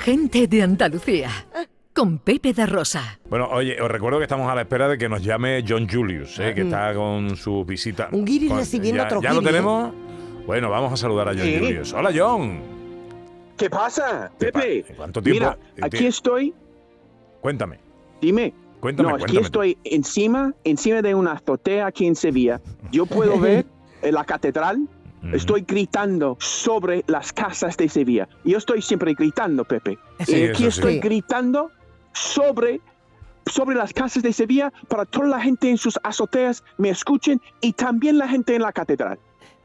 Gente de Andalucía. Con Pepe da Rosa. Bueno, oye, os recuerdo que estamos a la espera de que nos llame John Julius, ¿eh? que está con sus visitas. Mm. Un guiri Con- recibiendo ya, otro ¿Ya lo guiri, ¿eh? tenemos? Bueno, vamos a saludar a John Sí. Julius. Hola, John. ¿Qué pasa, ¿Qué Pepe? pa- cuánto tiempo? Mira, Eh, aquí ti- estoy. Cuéntame, Dime. cuéntame, no, aquí cuéntame. estoy encima, encima de una azotea aquí en Sevilla. Yo puedo ver eh, la catedral. Mm. Estoy gritando sobre las casas de Sevilla. Yo estoy siempre gritando, Pepe. Sí, Eh, aquí eso sí. estoy Sí. gritando sobre sobre las casas de Sevilla para toda la gente en sus azoteas me escuchen y también la gente en la catedral.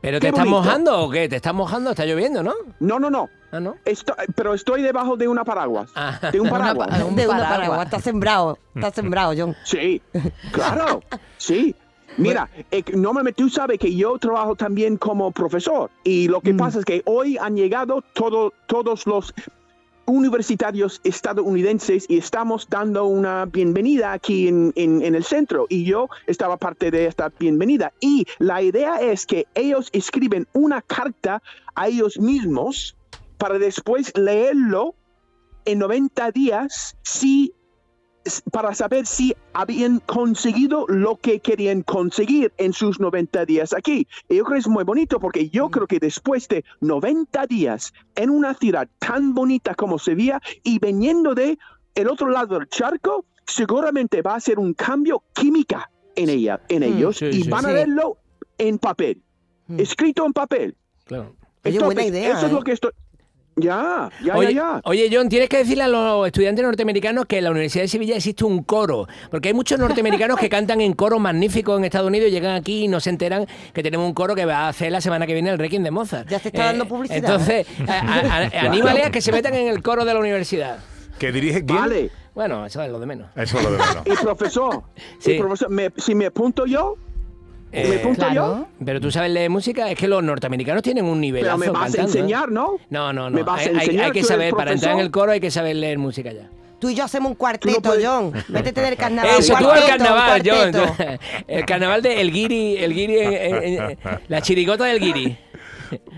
¿Pero Qué te estás bonito. mojando o qué? ¿Te estás mojando? Está lloviendo, ¿no? No, no, no. Ah, ¿no? Esto- eh, pero estoy debajo de una paraguas. Ah. De un Una paraguas. pa- Un de una paraguas. paraguas. Está sembrado. Está sembrado, John. Sí, claro, sí. Mira, eh, normalmente tú sabes que yo trabajo también como profesor y lo que pasa es que hoy han llegado todo, todos los universitarios estadounidenses y estamos dando una bienvenida aquí en, en- en el centro y yo estaba parte de esta bienvenida y la idea es que ellos escriben una carta a ellos mismos para después leerlo en 90 días si s- para saber si habían conseguido lo que querían conseguir en sus 90 días aquí. Y yo creo que es muy bonito porque yo creo que después de 90 días en una ciudad tan bonita como Sevilla y viniendo de el otro lado del charco, seguramente va a ser un cambio química en ella, en ellos sí, y sí, van a sí. verlo en papel, Mm. escrito en papel. Claro. Oye, Entonces, buena idea, Eso es ¿eh? lo que estoy. Ya, ya, Oye, ya, ya. oye, John, tienes que decirle a los estudiantes norteamericanos que en la Universidad de Sevilla existe un coro, porque hay muchos norteamericanos que cantan en coros magníficos en Estados Unidos, llegan aquí y no se enteran que tenemos un coro que va a hacer la semana que viene el Requiem de Mozart. Eh, Ya se está dando publicidad. Entonces, a- a- a- anímale a que se metan en el coro de la universidad. ¿Que dirige quién? Vale. Bueno, eso es lo de menos. Eso es lo de menos. Y profesor, Sí. y profesor me- si me apunto yo, me Eh, apunto yo, Claro. Pero tú sabes leer música, es que los norteamericanos tienen un pero nivelazo me vas a cantando, ¿eh? enseñar, ¿no? No, no, no. Me vas a hay, hay- hay enseñar, que tú eres saber, para entrar en el profesor. coro hay que saber leer música ya. Tú y yo hacemos un cuarteto, puedes- John. Métete del carnaval. Eso, tú al cuarteto, carnaval, John. cuarteto. El carnaval de El Guiri, el guiri eh, en- en- en- la chirigota del Guiri.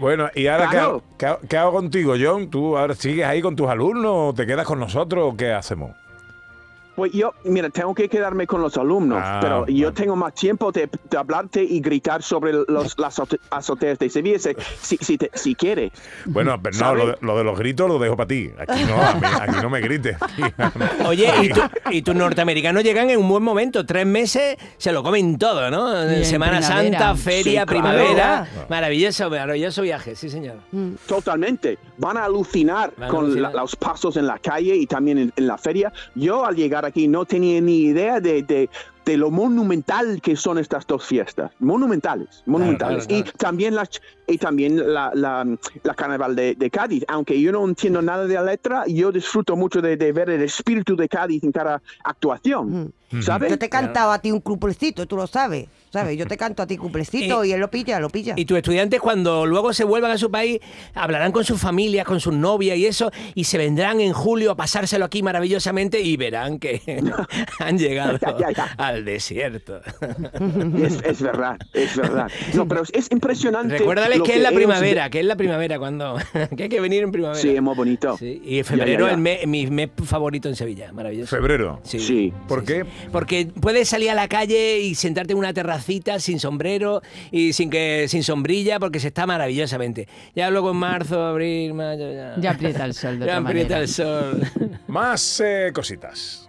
Bueno, ¿y ahora qué Claro. hago- qué, hago, qué hago contigo, John? ¿Tú ahora sigues ahí con tus alumnos o te quedas con nosotros o qué hacemos? Pues yo, mira, tengo que quedarme con los alumnos, Ah, pero yo vale. tengo más tiempo de, de hablarte y gritar sobre los, las azote- azoteas de Sevilla, si, si, si te- si quieres. Bueno, pero no, ¿Sabes? lo de, lo de los gritos lo dejo para ti. Aquí no, a mí- aquí no me grites. Oye, y, tú- y tus norteamericanos llegan en un buen momento. Tres meses se lo comen todo, ¿no? Bien, Semana primavera. Santa, feria, Sí, claro. primavera. Maravilloso, maravilloso viaje, sí, señor. Totalmente. Van a alucinar Van a con alucinar. la- los pasos en la calle y también en, en la feria. Yo al llegar aquí no tenía ni idea de, de- de lo monumental que son estas dos fiestas. Monumentales, monumentales. claro, Y también, la, ch- y también la, la- la carnaval de, de Cádiz. Aunque yo no entiendo nada de la letra, yo disfruto mucho de, de ver el espíritu de Cádiz en cada actuación. Mm. ¿Sabes? Yo te he cantado a ti un cumplecito, tú lo sabes. ¿Sabes? Yo te canto a ti cumplecito Y- y, él lo pilla, lo pilla. Y tus estudiantes cuando luego se vuelvan a su país hablarán con sus familias, con sus novias y eso, y se vendrán en julio a pasárselo aquí maravillosamente y verán que han llegado Ya, ya, ya. al desierto. Es, es verdad, es verdad. No, pero es, es impresionante. Recuérdales lo que es la ellos- primavera, que es la primavera cuando que hay que venir en primavera. Sí, es muy bonito. Sí, Y Ya, ya, en febrero ya. el me- mi mes favorito en Sevilla, maravilloso. Febrero. Sí. ¿Por qué? Porque puedes salir a la calle y sentarte en una terracita sin sombrero y sin que sin sombrilla porque se está maravillosamente. Ya luego en marzo, abril, mayo ya. Ya aprieta el sol de Ya otra aprieta manera. el sol. Más eh, cositas.